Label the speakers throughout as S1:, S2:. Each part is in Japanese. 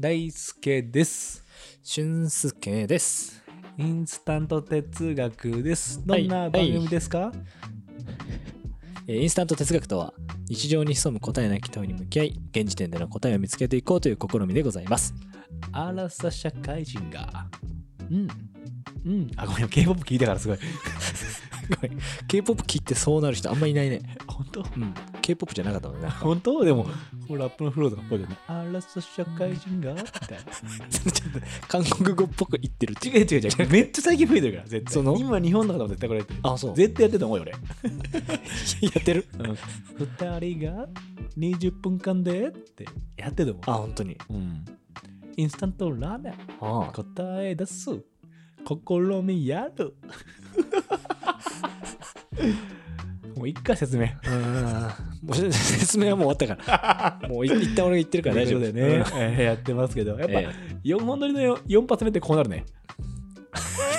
S1: 大輔です。
S2: 俊介です。
S1: インスタント哲学です。ど
S2: は
S1: ん
S2: い
S1: な番組ですか、
S2: えーインスタント哲学とは、日常に潜む答えなき問いに向き合い、現時点での答えを見つけていこうという試みでございます。
S1: アラサ社会人が。
S2: うん。
S1: うん。あ、ごめん、K-POP 聞いたからすごい。
S2: ごめん K-POP 聞いてそうなる人あんまいないね。
S1: 本当
S2: うん。K-POP じゃなかったもんね。
S1: 本当でも、こうラップのフローとかこうじゃない。アラサ社会人がみたいな。
S2: ちょっと 韓国語っぽく言ってるって
S1: 違
S2: いう
S1: う違う違う。 めっちゃ最近増えてるから、絶対。
S2: その
S1: 今、日本の方も絶対これやってる。
S2: あ、そう。
S1: 絶対やってると思うよ、俺。
S2: やってる。
S1: 二人が20分間でってやってると
S2: あ、
S1: 思
S2: 本当に。
S1: う。うん。インスタントラーメン。
S2: ああ。
S1: 答え出す試みやる もう一回説明
S2: うん。もう説明はもう終わったから。もうい一旦俺が言ってるから大丈夫
S1: だよね、え ーやってますけどやっ
S2: うん。
S1: ぱ
S2: え
S1: 4本撮りの 4, 発目ってこう なるね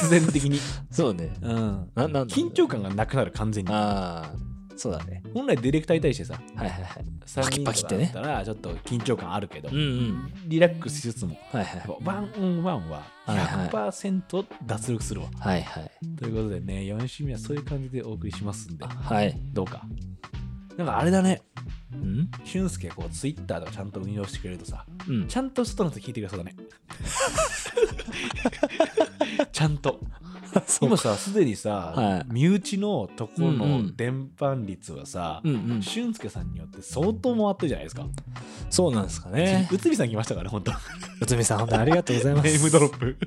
S1: 必然的に、
S2: えそうね。
S1: うん、
S2: な、なんだ
S1: 緊張感がなくなる完全に
S2: ああ。そうだね。
S1: 本来ディレクターに対してさ
S2: はいはいはい。
S1: 3人
S2: パキ
S1: と
S2: パ
S1: か
S2: キって
S1: だ
S2: ね
S1: ったらちょっと緊張感あるけど、
S2: うんうん。
S1: リラックスしつつも
S2: はいはい。
S1: ワンオンワンは100%脱力するわ、
S2: はいはい。
S1: ということでね4週目はそういう感じでお送りしますんで
S2: はい。
S1: どうかなんかあれだね
S2: うん
S1: 俊介こうツイッターとかちゃんと運用してくれるとさ
S2: うん。
S1: ちゃんと外の人聞いてくれそうだねちゃんと
S2: そう
S1: 今さすでにさ、
S2: はい
S1: 身内のところ
S2: うんう
S1: の
S2: ん
S1: 伝播率はさ、
S2: うんうん。
S1: 俊介さんによって相当回ってるじゃないですか
S2: そうなんですかね。
S1: 内海さん来ましたから本当
S2: うつみさん、本当にありがとうございます。
S1: ネームドロップ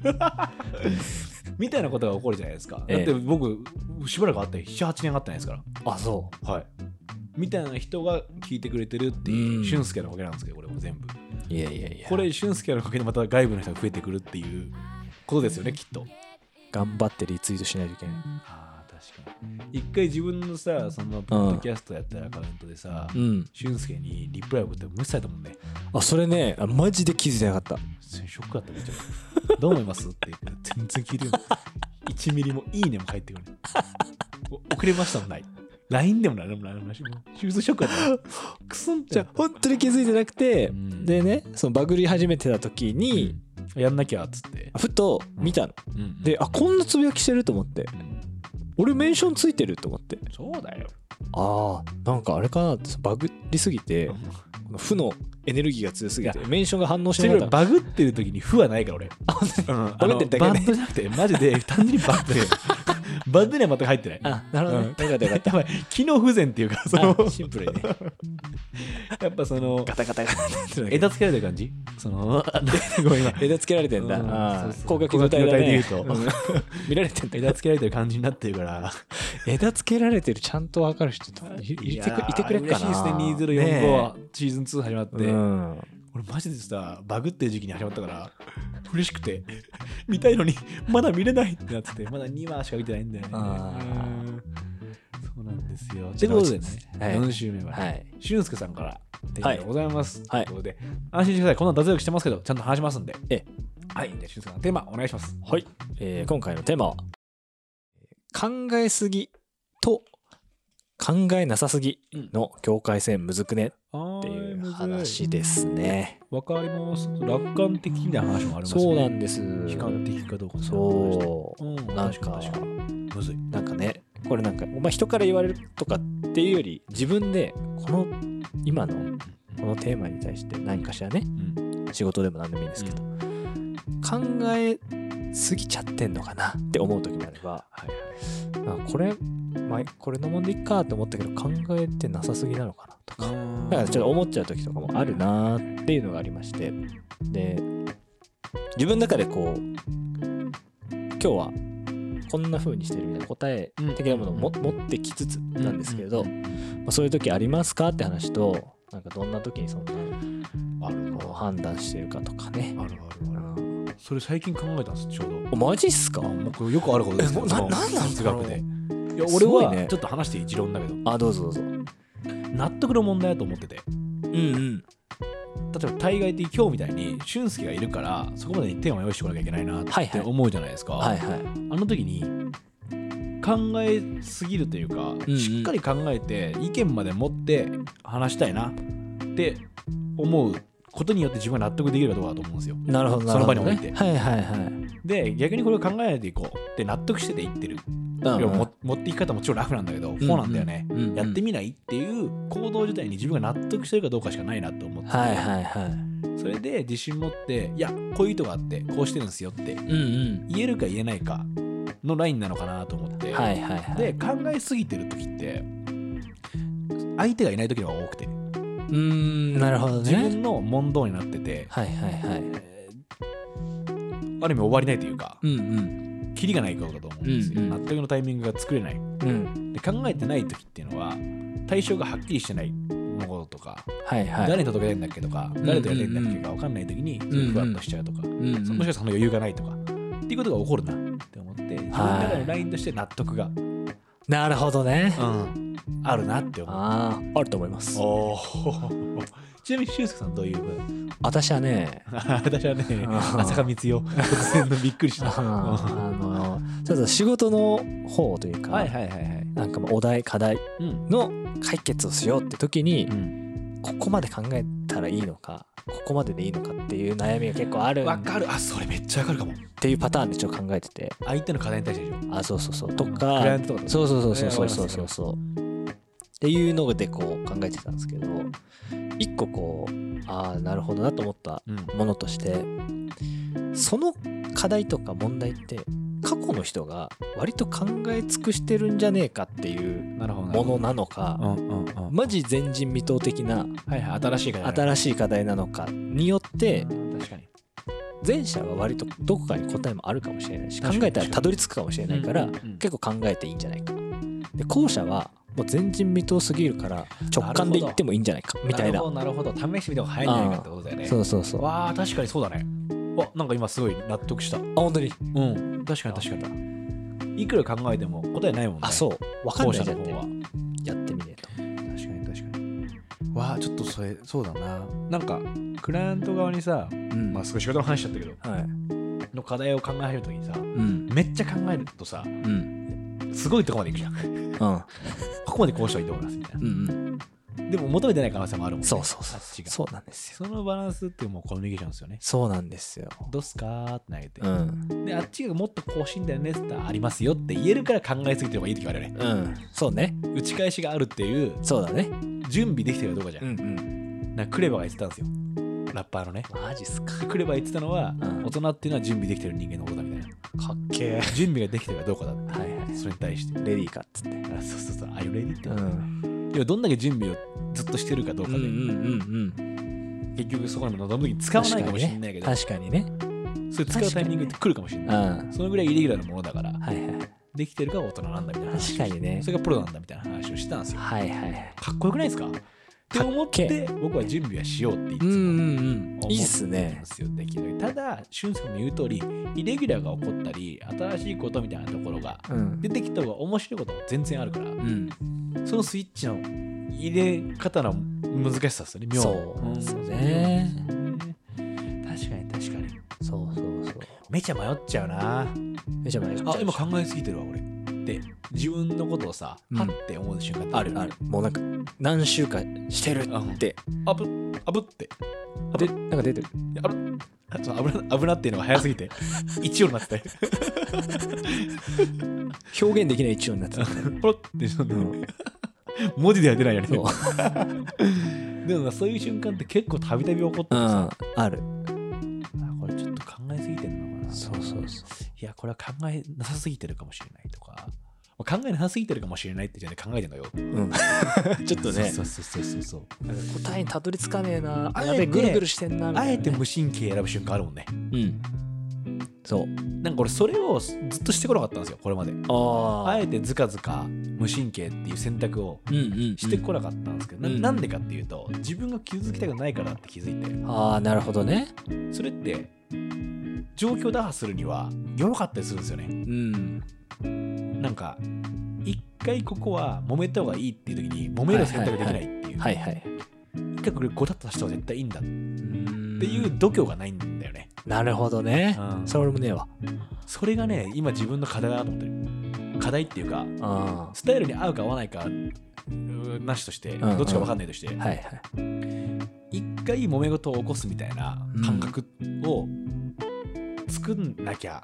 S1: みたいなことが起こるじゃないですか、
S2: ええ
S1: だって僕しばらく会って78年会ってないですから
S2: あ、そ
S1: はいみたいな人が聞いてくれてるっていう、
S2: うん
S1: 俊介のおかげなんですけどこれも全部
S2: う。いやいやいや。
S1: これ、俊介のおかげでまた外部の人が増えてくるっていうことですよね、きっと。
S2: 頑張ってリツイートしないといけない。
S1: ああ、確かに。一回自分のさ、その、ポッドキャストやってるアカウントでさ、
S2: うん。
S1: 俊介にリプライ送って無視されたもんね。
S2: あ、それね、あマジで気づいてなかった。
S1: ショックだっためっちゃ。どう思いますって言って、全然聞いてるの。1ミリもいいねも返ってくる。お遅れましたもんない。LINE でもない、でもない、でもない。もうシューズショックだった。くすん
S2: じ
S1: ち
S2: ゃ
S1: ゃ
S2: あ、本当に気づいてなくて、
S1: うん
S2: でね、そのバグり始めてた時に、
S1: う。やんなきゃっつって。
S2: ふと見たの。で、あ、こんなつぶやきしてると思って。
S1: うん、
S2: 俺、メンションついてると思って。
S1: そうだよ。
S2: ああ、なんかあれかなって、そのバグりすぎて、この負のエネルギーが強すぎて、メンションが反応し
S1: ち
S2: な
S1: な
S2: かっ
S1: み
S2: た
S1: に
S2: の。
S1: バグってる時に負はないから俺。う
S2: バ
S1: ん
S2: グってるだけね
S1: あのバンドじゃなくて、マジ で単純にバグってる。バンドには全く入ってない。
S2: あ、なるほどね。よかったよかった。
S1: やばい、機能不全っていうか、その
S2: あ、シンプルにね。
S1: やっぱその、
S2: ガタガタガタって なるけど
S1: 枝つけられた感じその、 ごめん今。
S2: 枝つけられてんだ。ああ高額の
S1: 体
S2: 体だ
S1: で言
S2: ね
S1: う。と、
S2: うん見られてんだ。
S1: 枝つけられてる感じになってるから、
S2: 枝つけられてるちゃんとわかる人といいてくい
S1: やー
S2: てくれっかな。
S1: 嬉しいですね、2045は、シーズン2始まって、
S2: ねえうん
S1: 俺マジでさ、バグってる時期に始まったから、嬉しくて、見たいのに、まだ見れないってなってて、まだ2話しか見てないんだよね。
S2: あー
S1: うんそうなんですよ。と
S2: ち
S1: いう
S2: ょ
S1: こ
S2: っと
S1: と
S2: 落
S1: で
S2: ち着い
S1: ね
S2: て、はい
S1: 4週目は、
S2: はい。
S1: 俊介さんから、提案がございます。
S2: はい
S1: ということで、安心してください。こんな脱力してますけど、ちゃんと話しますんで。
S2: ええ
S1: はい。じゃあ、俊介さん、テーマお願いします。
S2: はい。えー今回のテーマは、考えすぎと考えなさすぎの境界線むずくねっていう話ですね。
S1: わかります。楽観的な話もあります
S2: そうなんです。
S1: 悲観的かどうか。。
S2: そう
S1: うん、
S2: う。なん
S1: 確か
S2: か
S1: に確かに。むずい。
S2: なんかねこれなんか、まあ、人から言われるとかっていうより自分でこの今のこのテーマに対して何かしらね
S1: うん。
S2: 仕事でも何でもいいんですけど、考えすぎちゃってんのかなって思う時もあれば
S1: はい
S2: あこれ、まあ、これのもんでいっかと思ったけど考えてなさすぎなのかなとか
S1: はい。
S2: だからちょっと思っちゃう時とかもあるなーっていうのがありましてで自分の中でこう今日はこんな風にしてるみたいな答え的なものをも
S1: うん
S2: 持ってきつつなんですけれ
S1: う
S2: ど、
S1: ん
S2: ま
S1: うん
S2: あ、そういう時ありますかって話となんかどんな時にそんな
S1: ある
S2: こう
S1: な。
S2: 判断してるかとかね。
S1: あるあるある。それ最近考えたんです、ちょうど。
S2: おマジっすか
S1: あもうこれよくあることですよ
S2: えな
S1: その
S2: なんなん
S1: 哲学で。
S2: こ
S1: いや
S2: す
S1: 俺
S2: ごい
S1: は
S2: ね
S1: ちょっと話して一論だけど、
S2: あどうぞどうぞ。
S1: 納得の問題だと思ってて例
S2: うんうん。
S1: えば対外的今日みたいに俊介がいるからそこまでにテーマ用意してこなきゃいけないな
S2: はい
S1: っ
S2: は
S1: て
S2: い
S1: 思うじゃないですか、
S2: はいはい。
S1: あの時に考えすぎるというか、
S2: うん
S1: しっかり考えて意見まで持って話したいなって思うことによって自分が納得できるかどうかだと思うんですよ。
S2: なるほどな
S1: そ
S2: る
S1: の
S2: ほ
S1: 場
S2: ど、
S1: に
S2: ね。
S1: 置いて
S2: はいはいはい。
S1: で、逆にこれを考えないでいこうって納得してて言ってる。
S2: うん
S1: 要はも持っていき方もちろんラフなんだけど、
S2: ん
S1: こうなんだよね。
S2: うんうん
S1: やってみないっていう行動自体に自分が納得してるかどうかしかないなと思って、
S2: はいはいはい。
S1: それで自信持って、いや、こういう意図があって、こうしてるんですよって
S2: うんうん。
S1: 言えるか言えないかのラインなのかなと思って、
S2: はいはいはい。
S1: で、考えすぎてる時って、相手がいない時の方が多くて、
S2: うーん、なるほど
S1: 自
S2: ね。
S1: 分の問答になってて、
S2: はいはいはい。
S1: えーある意味終わりないというか、
S2: うんうん。
S1: キリがないことだと思うんですよ。
S2: うんうん
S1: 納得のタイミングが作れない。
S2: うん。
S1: で考えてない時っていうのは、対象がはっきりしてない物事とか、
S2: はいはい。
S1: 誰と解けてんだっけとか、誰とやりたいんだっけが分かんない時に、
S2: んうん
S1: ふわっとしちゃうとか、
S2: うんうん
S1: そもしかしたらその余裕がないとか、っていうことが起こるなって思って、自分の中のラインとして納得が、
S2: なるほどね。
S1: うんあるなって思う。
S2: ああ、あると思います。
S1: おーちなみに俊介さんどういう
S2: 私はね、
S1: 私はね
S2: あー
S1: 浅香光代突然のびっくりし
S2: あ
S1: た。
S2: ーあの、ちょっと仕事の方というか、
S1: はいはいはいはい。
S2: なんかまあお題、課題
S1: うん。
S2: の解決をしようって時に、
S1: うん
S2: ここまで考えたらいいのか、ここまででいいのかっていう悩みが結構ある
S1: わ
S2: っ
S1: かる。あ、それめっちゃわかるかも。
S2: ていうパターンでちょっと考えてて、
S1: 相手の課題に対してでしょ。
S2: あ、そうそうそう、と
S1: クライア
S2: か
S1: ン、トとか
S2: そうそうそう
S1: えー
S2: そう
S1: わかります
S2: そうそうそう。っていうのでこう考えてたんですけど、一個こう、ああ、なるほどなと思った
S1: うん。
S2: ものとしてその課題とか問題って過去の人が割と考え尽くしてるんじゃねえかっていう
S1: なるほど。
S2: ものなのか
S1: うんうんうん。
S2: マジ前人未到的な
S1: はいはい。新しい課題。
S2: 新しい課題なのかによって
S1: うん確かに。
S2: 前者は割とどこかに答えもあるかもしれないし考
S1: 確かに
S2: えたらたどり着くかもしれないから
S1: うんうんうん
S2: 結構考えていいんじゃないかで後者はもう前人未到すぎるから直感で言ってもいいんじゃないかみたいな
S1: なるほど、なるほど。試してみた方が早いんじゃないかってことだよね。
S2: そうそうそうあ
S1: わあ、確かにそうだね。わ、なんか今すごい納得した。
S2: 本当に
S1: うん。確かに確かに。いくら考えても答えないもんね。
S2: あそう分かん
S1: 後
S2: ない
S1: 者
S2: じゃんっ
S1: の
S2: て
S1: 方は。
S2: やってみねえと
S1: 確かに確かに。わあ、ちょっとそれ、そうだな。なんか、クライアント側にさ、
S2: うん
S1: まあ少し仕事の話しちゃったけど、
S2: はい。
S1: の課題を考えるときにさ、
S2: うん。
S1: めっちゃ考えるとさ、
S2: うん。
S1: すごいとこまで行くじゃん。
S2: うん。
S1: ここまでこうしたらいいと思いますみたい
S2: うん。
S1: な。でも求めてない可能性もあるもんね。
S2: そうそう
S1: あっ
S2: そ
S1: ち
S2: う。
S1: が
S2: そうなんですよ。
S1: そのバランスってもうコミュニケーションですよね。
S2: そうなんですよ。
S1: どうっすかーって投げて、
S2: うん。
S1: で、あっちがもっとこうしいんだよねって言ったらありますよって言えるから考えすぎてもいいって言われるね。
S2: うん。そうね。
S1: 打ち返しがあるっていう
S2: そうだね。
S1: 準備できてるかどうかじゃん。
S2: ん
S1: なんかクレバが言ってたんですよ。ラッパーのね。
S2: うん。マジっすか。
S1: クレバ言ってたのは、
S2: ん
S1: 大人っていうのは準備できてる人間のことだみたいな。
S2: かっけえ。
S1: 準備ができてるかどうかだって。
S2: はいはい。
S1: それに対して。
S2: レディーかっつって。
S1: あそうそうそう、ああいうレディって
S2: う
S1: ことね、
S2: ん。
S1: 要はどんだけ準備をずっとしてるかどう
S2: う
S1: か
S2: ん
S1: で、
S2: うんうん。
S1: 結局そこにも臨む時に使わないかもしれないけど、
S2: 確かにね。
S1: それ使うタイミングって来るかもしれ
S2: うん。
S1: ない。
S2: は
S1: そのぐらいイレギュラーなものだから
S2: い、はい。
S1: できてるから大人なんだみたいな話
S2: 確かにね
S1: そ。れがプロなんだみたいな話をしてたんですよ。
S2: はいはいはい。
S1: かっこよくないですかって思
S2: か
S1: っ
S2: っけ
S1: て、僕は準備はしようっていつ
S2: うん
S1: も
S2: うんうん。いいっす
S1: 思って
S2: ね
S1: ま。すよできるだけただ、俊介の言う通り、イレギュラーが起こったり、新しいことみたいなところが
S2: うん
S1: 出。てきた方が面白いことも全然あるから、
S2: うん。
S1: そのスイッチの入れ方の難しさですよね、妙
S2: そう
S1: うん
S2: そうね
S1: 確かに確かに。
S2: そうそうそう。
S1: めちゃ迷っちゃうな。
S2: めちゃめちゃ。
S1: あ、今考えすぎてるわ、俺。って、自分のことをさ、
S2: うん
S1: はって思う瞬間って
S2: あるある。。もうなんか、何週間してるって。
S1: あぶ、あぶって。
S2: で、なんか出てる。
S1: いやあぶあちょっと危な危なっていうのが早すぎ て、一応になってて、
S2: 表現できない一応になってた。
S1: ポロってちょっと文字では出ないよね。
S2: そう
S1: でもなそういう瞬間って結構たびたび起こってて
S2: うん、
S1: さ、
S2: ある。
S1: あこれちょっと考えすぎてるのかな。
S2: そうそうそ
S1: いや、これは考えなさすぎてるかもしれないとか、考えなさすぎてるかもしれないってじゃあ考えてんのよ。
S2: う。うん、ちょっとね、
S1: そうそうそうそうそう。
S2: 答えにたどり着かねえな。
S1: あえて
S2: やべえ、ぐるぐるしてんなみた
S1: あ
S2: いなね
S1: えて無神経選ぶ瞬間あるもんね。
S2: うん。そう。
S1: なんか俺それをずっとしてこなかったんですよ、これまで。
S2: あ
S1: あ
S2: え
S1: えてずかずか無神経っていう選択を
S2: うんうん。
S1: してこなかったんですけど、な
S2: うん
S1: なんでかっていうと自分が傷つきたくないからだって気づい
S2: ああ、なるほどね。
S1: てそれって状況打破するには弱かったりするんですよ
S2: う
S1: ね
S2: ん。
S1: なんか一回ここは揉めた方がいいっていう時に揉める選択できないっていう、
S2: はいはい。
S1: 一回これごたっとした方が絶対いいんだっ
S2: って
S1: いう。度胸がないんだよね、
S2: なるほどね。
S1: うん
S2: それ俺もねえわ。
S1: それがね今自分の課題だなと思ってる課題っていうか
S2: あ
S1: スタイルに合うか合わないかうーなしとして
S2: んうん
S1: どっちか分かんないとして、
S2: あ。はいはい。
S1: 一回揉め事を起こすみたいな感覚を作んなきゃ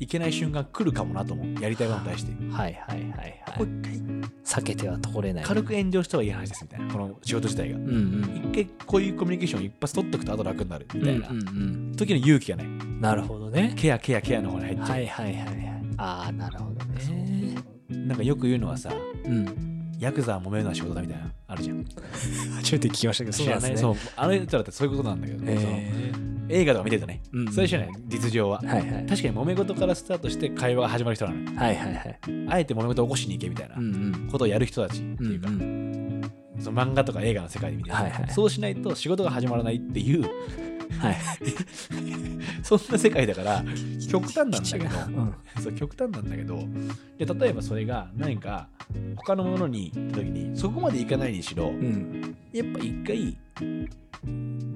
S1: いけない瞬間来るかもなと思うやりたいことに対して。
S2: はいはいはいは
S1: こ
S2: い。
S1: う一回
S2: 避けては通れない。
S1: 軽く炎上したはいい話ですみたいなこの仕事自体が
S2: うんうん。
S1: 一回こういうコミュニケーションを一発取っとくと後楽になるみたいな
S2: うんうん
S1: 時の勇気がない
S2: うん。なるほどね。
S1: ケアケアケアの方に入っちゃ
S2: はいはいはいはい。ああ、なるほどね。
S1: うなんかよく言うのはさ
S2: うん。
S1: ヤクザは揉めるのは仕事だみたいなあるじゃん
S2: 初めて聞きましたけど、
S1: そうなんですね
S2: 知らな
S1: そうあの人だってそういうことなんだけど、
S2: いです
S1: その
S2: ね。
S1: 映画とか見てるとね
S2: えー
S1: そういう人はね。実情は
S2: うんはいはい。
S1: 確かに揉め事からスタートして会話が始まる人なのよ
S2: はいはいはい。
S1: あえて揉め事を起こしに行けみたいな
S2: うんうん。
S1: ことをやる人たちっていうか、
S2: んん
S1: その漫画とか映画の世界で見てると、
S2: はいはい
S1: そうしないと仕事が始まらないっていう
S2: はい。
S1: そんな世界 だから極端なんだけど
S2: うん。
S1: そう極端なんだけどで例えばそれが何か他のものに行った時にそこまでいかないにしろ
S2: うん。
S1: やっぱ一回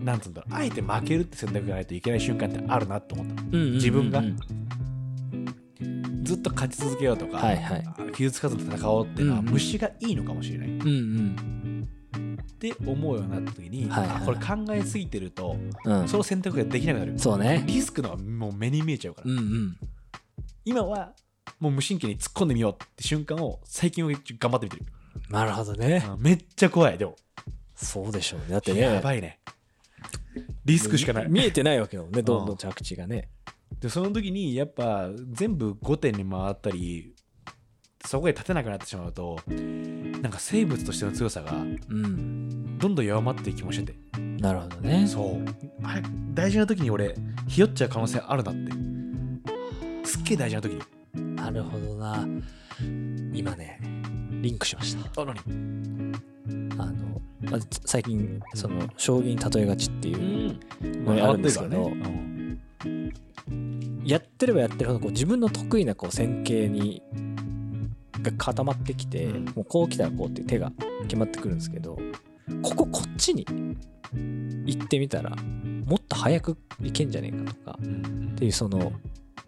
S1: なんつうんだろうあえて負けるって選択がないといけない瞬間ってあるなと思ったの
S2: うんうんうん
S1: 自分がずっと勝ち続けようとか、
S2: はいはい。
S1: 傷つかず戦おうっていうのは
S2: うんうん
S1: 虫がいいのかもしれないっ
S2: うんうん。
S1: て思うようになった時
S2: はい
S1: に、
S2: はいはい
S1: あこれ考えすぎてると
S2: うん。
S1: その選択ができなくなる
S2: そうね。
S1: リスクのがもう目に見えちゃうから、
S2: うんうん。
S1: 今はもう無神経に突っ込んでみようって瞬間を最近は頑張ってみてる
S2: なるほどね。
S1: あめっちゃ怖いでも
S2: そうでしょうね。だってね。
S1: やばいねリスクしかない
S2: 見えてないわけだもんね、どんどん着地がね。
S1: でその時にやっぱ全部5点に回ったりそこへ立てなくなってしまうとなんか生物としての強さが
S2: うん。
S1: どんどん弱まっていく気もしてて
S2: なるほどね。
S1: そうあれ大事な時に俺ひよっちゃう可能性あるなってすっげえ大事な時に
S2: なるほどな。今ね、リンクしました。
S1: あ何
S2: あの、まあつ最近、その、将棋に例えがちっていう、
S1: ん
S2: のにあるんですけど
S1: 回ってるからね
S2: やってればやってるほど、こう自分の得意なこう線形に、が固まってきて、
S1: うん
S2: もうこう来たらこうっていう手が
S1: うん
S2: 決まってくるんですけど、こここっちに行ってみたら、もっと早く行けんじゃねえかとか、
S1: うん
S2: っていうその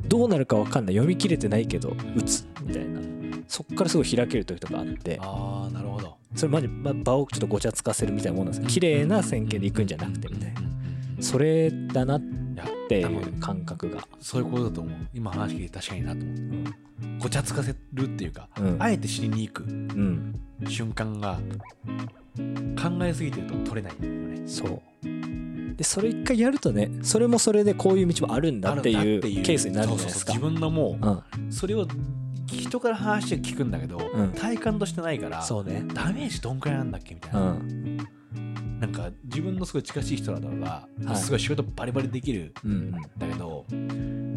S2: どうなるかわかんない読み切れてないけど打つみたいなそっからすごい開ける時とかあって
S1: ああなるほど
S2: それマジま場をちょっとごちゃつかせるみたいなもんなんですけど綺麗な線形でいくんじゃなくてみたいなそれだなっ
S1: いや
S2: ていう感覚が、
S1: そういうことだと思う今話聞いて確かになと思うごちゃつかせるっていうか
S2: うん
S1: あえて死にに行
S2: う
S1: く
S2: ん、
S1: 瞬間が考えすぎてると取れないよね
S2: そうでそれ一回やるとねそれもそれでこういう道もあるんだっていうケースになるじゃないですか
S1: そうそうそう自分のも
S2: うん
S1: うそれを人から話して聞くんだけど、
S2: うん
S1: 体感としてないから
S2: そうね
S1: ダメージどんくらいなんだっけみたいうな、
S2: ん
S1: なんか自分のすごい近しい人だったのが、
S2: はい
S1: すごい仕事バリバリできる
S2: うん
S1: んだけど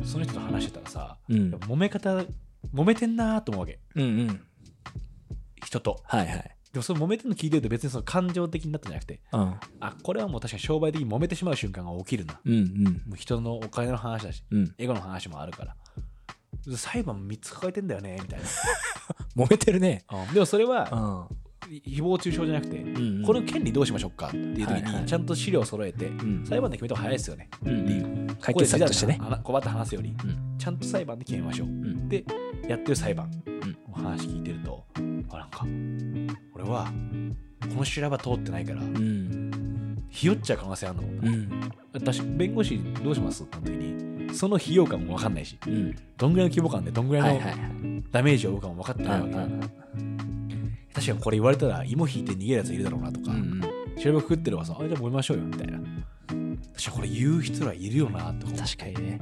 S1: その人と話してたらさ
S2: うんうん
S1: 揉め方揉めてんなーと思うわけ
S2: うんうん
S1: 人と
S2: はいはい
S1: でもその揉めてるの聞いてると別にその感情的になったんじゃなくて
S2: うん
S1: あこれはもう確かに商売的に揉めてしまう瞬間が起きるな
S2: うん
S1: もう人のお金の話だし
S2: うんうん
S1: エゴの話もあるから裁判3つ抱えてんだよねみたいな
S2: 揉めてるね
S1: あでもそれ
S2: う
S1: は
S2: ん
S1: 誹謗中傷じゃなくて、
S2: うんうん
S1: この権利どうしましょうかっていう時
S2: はいはい
S1: にちゃんと資料を揃えて、
S2: うん
S1: 裁判で決めた方が早いですよね
S2: うん
S1: っていう、
S2: 解決策としてね
S1: ここで示談で困って話すより、
S2: うん
S1: ちゃんと裁判で決めましょう、
S2: ん
S1: でやってる裁判の話聞いてると、あなんか俺はこの修羅場通ってないから
S2: うん
S1: ひよっちゃう可能性あるのもん
S2: う
S1: な、
S2: ん
S1: 私弁護士どうしますってなった時にその費用感も分かんないし
S2: うん
S1: どんぐらいの規模感でどんぐ
S2: は
S1: ら
S2: い
S1: い
S2: はいは
S1: の
S2: い
S1: ダメージを負うかも分かってないわけ、確かにこれ言われたら芋引いて逃げるやついるだろうなとか、
S2: うん
S1: 白馬食ってればさあじゃあ燃えましょうよみたいな確かにこれ言う人らいるよなとか
S2: 確かにね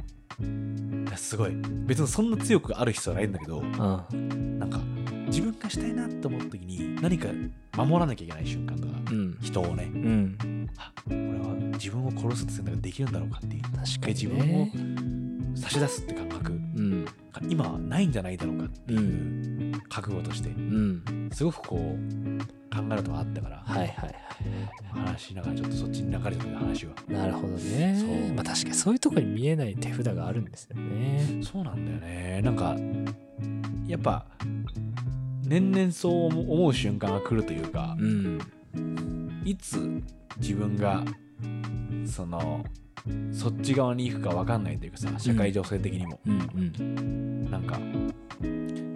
S1: すごい別にそんな強くある必要はないんだけど
S2: うん
S1: なんか自分がしたいなと思った時に何か守らなきゃいけない瞬間が
S2: うん
S1: 人をね
S2: うん
S1: あ俺は自分を殺すって選択ができるんだろうかっていう
S2: 確かに
S1: 自分を差し出すって感覚
S2: うん
S1: が今はないんじゃないだろうかっていう覚悟として
S2: うん
S1: すごくこう考えるとこあったから、
S2: はいはいは
S1: 話しながらちょっとそっちに流れてくる話はい
S2: なるほどね
S1: そう
S2: まあ確かにそういうところに見えない手札があるんですよね
S1: そうなんだよねなんかやっぱ年々そう思う瞬間が来るというか
S2: うん
S1: いつ自分がそのそっち側に行くか分かんないというかさ社会情勢的にも、
S2: うんうん
S1: なんか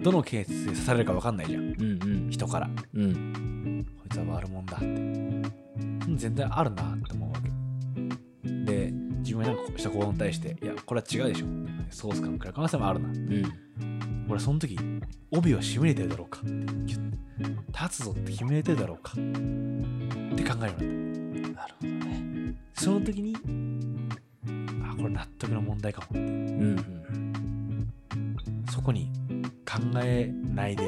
S1: どのケースで刺されるか分かんないじゃん
S2: うんうん
S1: 人から
S2: うん
S1: いつは悪者だってうん全然あるなって思うわけで自分はなんかした行動に対していやこれは違うでしょソース感暗可能性もあるな
S2: うん
S1: 俺はその時帯は締めれてるだろうかってギュッ立つぞって決めれてるだろうかって考えるようになっ
S2: なるほどね
S1: たその時にあこれ納得の問題かも
S2: うん
S1: そこに考えないで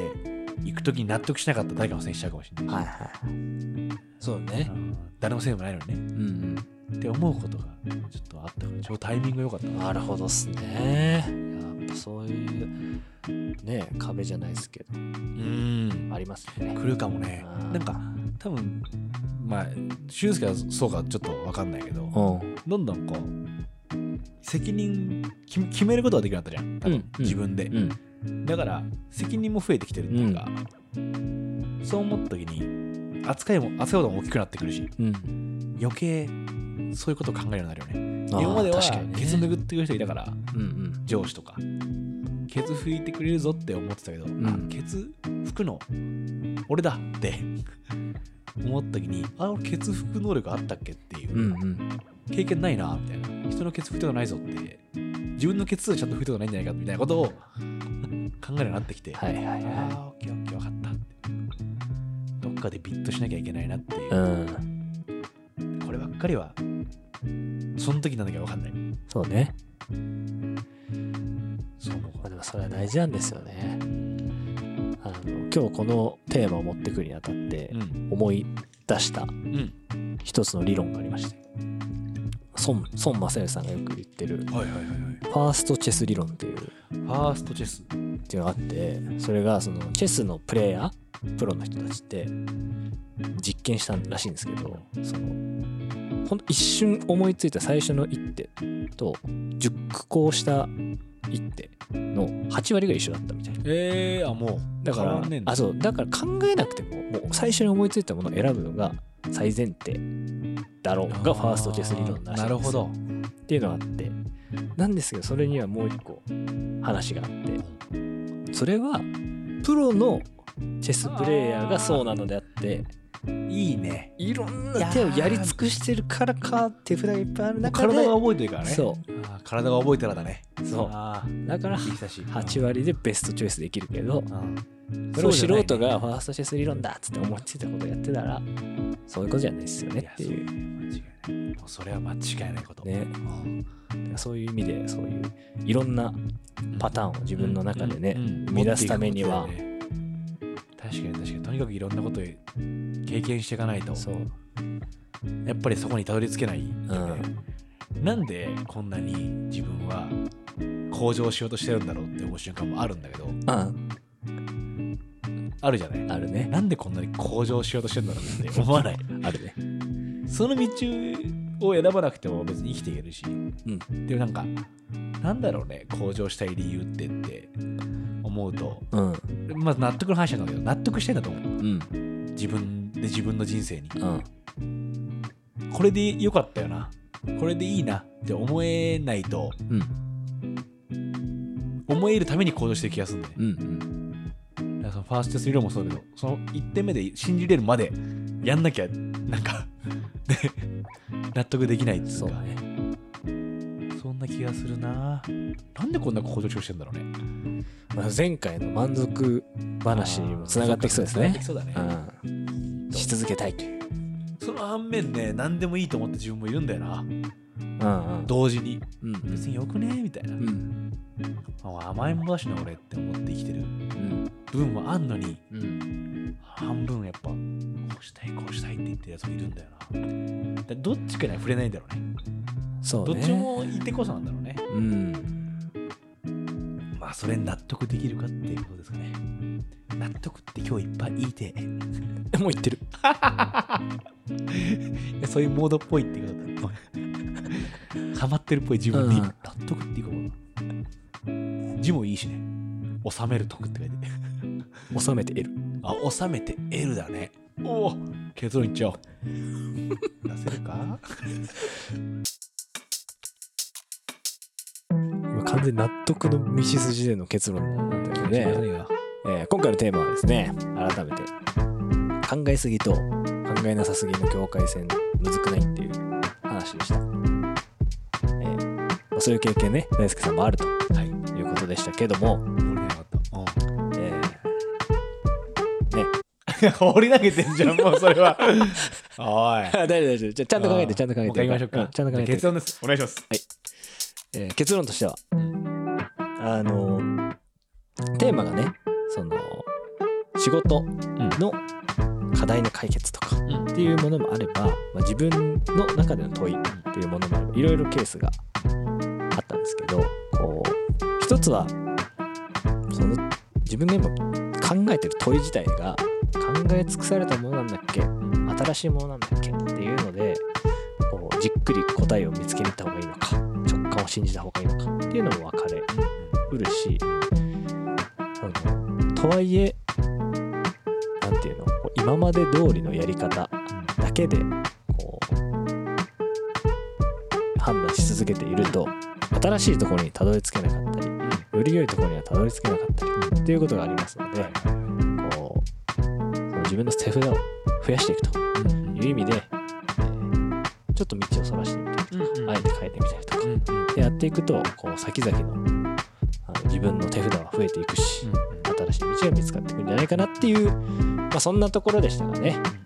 S1: 行く時に納得しなかった誰かのせいにしちゃうかもしれない、
S2: はいはいそうね
S1: うん誰のせいでもないのにね
S2: うん
S1: って思うことがちょっとあったから超タイミング良かった
S2: うん
S1: な
S2: なるほどっすねやっぱそういうね壁じゃないですけど
S1: うん
S2: ありますね
S1: 来るかもね
S2: あー
S1: なんか多分まあ俊介はそうかちょっと分かんないけど、
S2: うん
S1: どんどんこう責任き決めることができるようになったじゃん多分、
S2: うん
S1: 自分で、
S2: うん
S1: だから責任も増えてきてるっていうか、そう思った時に扱いも扱うことも大きくなってくるし
S2: うん
S1: 余計そういうことを考えるようになるよね
S2: あー
S1: 今までは
S2: 確かにね
S1: ケツ拭ってくれる人いたから
S2: うんうん
S1: 上司とかケツ拭いてくれるぞって思ってたけど、
S2: ん
S1: あケツ拭くの俺だって思った時にあ俺ケツ拭く能力あったっけっていう、
S2: うんうん
S1: 経験ないなみたいな人のケツ拭いたことないぞって自分のケツをちゃんと拭いたことないんじゃないかみたいなことを考えるようになってきて、
S2: はいはい
S1: あ
S2: は
S1: あオッケーオッケー分かったってどっかでビットしなきゃいけないなってい、
S2: いううん
S1: こればっかりはその時なんだけど分かんない
S2: そうね
S1: そう思う
S2: まあでもそれは大事なんですよねあの今日このテーマを持ってくるにあたって
S1: うん
S2: 思い出した
S1: うん
S2: 一つの理論がありまして孫孫正義さんがよく言ってる
S1: はいはいはいはい
S2: ファーストチェス理論っていう
S1: ファーストチェス
S2: っていうのがあってそれがそのチェスのプレイヤープロの人たちって実験したらしいんですけどそのほんと一瞬思いついた最初の一手と熟考した一手の8割が一緒だったみたいな
S1: ええあもう
S2: だか
S1: 変
S2: ら
S1: わんねえんだ
S2: あそうだから考えなくてももう最初に思いついたものを選ぶのが最前提だろうがファーストチェス理論らしいんですよ
S1: なるほど
S2: っていうのがあってなんですけどそれにはもう一個話があってそれはプロのチェスプレイヤーがそうなのであって
S1: いいね
S2: いろんな手をやり尽くしてるからか手札がいっぱいある
S1: もう
S2: 中で
S1: 体が覚えてるからね
S2: そ
S1: あー体が覚えたらだね
S2: うそう
S1: ああ
S2: だから
S1: 指差し
S2: 8割でベストチョイスできるけど
S1: うん
S2: それを素人がファーストチェス理論だっつって思いついたことやってたらそういうことじゃないですよねっていう
S1: いやそうね間違いないもうそれは間違いないこと
S2: ね
S1: うん
S2: そういう意味でそういういろんなパターンを自分の中でね
S1: うんうん
S2: 生み出すためには
S1: 持っていくことだよね確かに確かにとにかくいろんなことを経験していかないと
S2: そう
S1: やっぱりそこにたどり着けない、
S2: ん
S1: なんでこんなに自分は向上しようとしてるんだろうって思う瞬間もあるんだけど
S2: うん
S1: あるじゃない
S2: あるね
S1: なんでこんなに向上しようとしてるんだろうって思 わない
S2: あるね
S1: その道を選ばなくても別に生きていけるし、でもなんかなんだろうね向上したい理由ってって思うと
S2: うん
S1: まず納得の話なんだけど納得したいんだと思う
S2: うん
S1: 自分で自分の人生に
S2: うん
S1: これで良かったよなこれでいいなって思えないと
S2: うん
S1: 思えるために行動してる気がするんだよね
S2: うん
S1: だからそのファーストスリーローもそうだけどその1点目で信じれるまでやんなきゃなんかね納得できないっていう
S2: そう
S1: か
S2: ね
S1: そんな気がするななんでこんな向上してるんだろうね
S2: まあ前回の満足話にもつながってきそうですね
S1: つながってきそうだね
S2: うんし続けたいという
S1: その反面ね何でもいいと思った自分もいるんだよな
S2: うんうん
S1: 同時に
S2: うんうん
S1: 別によくねみたいな
S2: うん
S1: あ甘いものだしな俺って思って生きてる部分もあんのに
S2: うん
S1: 半分やっぱこうしたいこうしたいって言ってるやつもいるんだよなだからどっちかには触れないんだろうね
S2: そう
S1: ど
S2: ね
S1: っちもいてこそなんだろうね
S2: うん
S1: まあそれに納得できるかっていうことですかね納得って今日いっぱいいいて
S2: もう言ってる
S1: いやそういうモードっぽいっていうことだごめんハマってるっぽい自分でいい、
S2: うん
S1: 納得っていうこと字もいいしね収める得って書いて
S2: 収めて得る
S1: あ、収めて L だね。おお、結論いっちゃおう。出せるか
S2: 今完全に納得の道筋での結論なんだけどね
S1: ね
S2: えー今回のテーマはですね改めて考えすぎと考えなさすぎの境界線むずくないっていう話でした、えーまあそういう経験ね大輔さんもあると
S1: はい。
S2: いうことでしたけども、
S1: 掘り上がった。
S2: えー
S1: うん。掘り投げてんじゃん、もうそれは。お い。
S2: あ大丈夫大丈夫じゃあちゃんと考えてちゃんと考えて
S1: もう一回言いましょうか。
S2: んちゃんと考えて
S1: 結論です。お願いします。
S2: えー結論としてはあのテーマがねその仕事の課題の解決とか
S1: ん
S2: っていうものもあれば、まあ、自分の中での問いっていうものもあればいろいろケースがあったんですけどこう一つはその自分が今考えてる問い自体が考え尽くされたものなんだっけ新しいものなんだっけっていうのでこうじっくり答えを見つけに行った方がいいのか直感を信じた方がいいのかっていうのも分かれうるしそのとはいえなんていうのこう今まで通りのやり方だけでこう判断し続けていると新しいところにたどり着けなかったりより良いところにはたどり着けなかったりっていうことがありますのでこうその自分の手札を増やしていくという意味で、えーちょっと道をそらしてみたりあえて変えてみたりとかでやっていくとこう先々のあの自分の手札は増えていくし、新しい道が見つかってくるんじゃないかなっていう、まあ、そんなところでしたかね。えー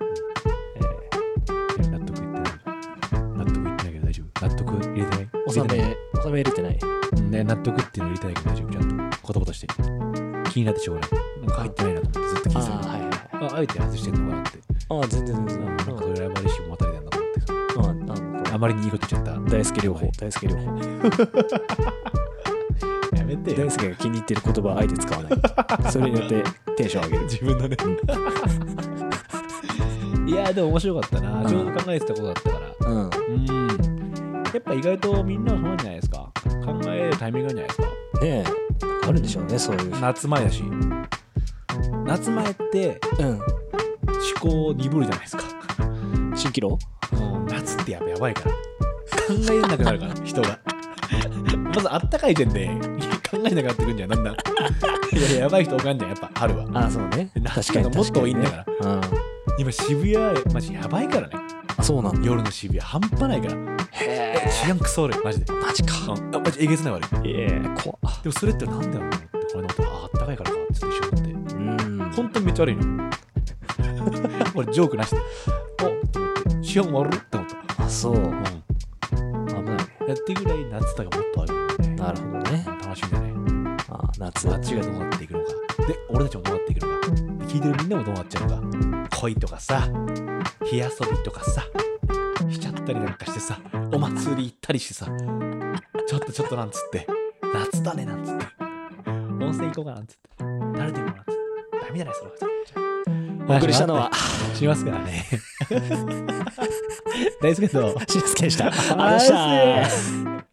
S1: 納得いってない。納得いってないけど大丈夫。納得入れてない。
S2: 収め収め入れてない
S1: うんね、納得っていうの入れてないけど大丈夫。ちゃんと言葉として。気になってしょうがない。なんか入ってないなと思ってずっと
S2: あ
S1: 聞い
S2: ー
S1: て
S2: はいはいはい
S1: た。あ、あえて外してんのかなって。
S2: あー全然全
S1: う
S2: 然
S1: ん、なんか
S2: うん
S1: 羨ましい物語だなと思ってさ。
S2: あーなんか
S1: あまりにいいこと言っちゃっ
S2: 大好き療法大好き療法
S1: た。やめて
S2: 大輔が気に入ってる言葉はあえて使わ ないそれによってテンション上げる
S1: 自分のね。 いやーでも面白かったな。ちょうど考えてたことだったから。
S2: うん
S1: うん。やっぱ意外とみんなはそうなんじゃないですか。考えるタイミングなんじゃないですか。
S2: ねえあるんでしょうねそういう
S1: 夏前だし。夏前って
S2: うん
S1: 思考鈍るじゃないですか。
S2: 蜃気楼
S1: うん夏ってやっぱやばいから。考えれなくな るから、人が。まずあったかい時点で考えなくなってくんじゃん、だんだん。いやいや、やばい人おかんじゃん、やっぱ春は。
S2: ああそうね確かに
S1: もっと多いんだから。
S2: ら、うん、
S1: 今渋谷、マジやばいからね。
S2: あそうなんだ
S1: 夜の渋谷、半端ないから。
S2: へえ
S1: 治安クソ悪い、マジで。
S2: マジか
S1: うんあマジえげつない悪い。
S2: いや怖っ
S1: でもそれってなんでなんだろうってこれのことああったかいからかってちょっと一緒になって
S2: うん
S1: 本当にめっちゃ悪いのこれジョークなしでおっと思って試合悪るって思っ
S2: あそう
S1: た、
S2: 危ないね
S1: うん、やってぐらい夏とかもっとあるんだよね
S2: なるほどね
S1: 楽しみだね
S2: あー夏
S1: 街がどうなっていくのかで俺たちもどうなっていくのかで聞いてるみんなもどうなっちゃうのか恋とかさ火遊びとかさしちゃったりなんかしてさお祭り行ったりしてさちょっとちょっとなんつって夏だねなんつって温泉行こうかなんつって慣れてるのなんつってダメだねそれは
S2: お送りしたのは
S1: しますからね 大好きだと
S2: しんすけでしたありがとうございま
S1: あ
S2: した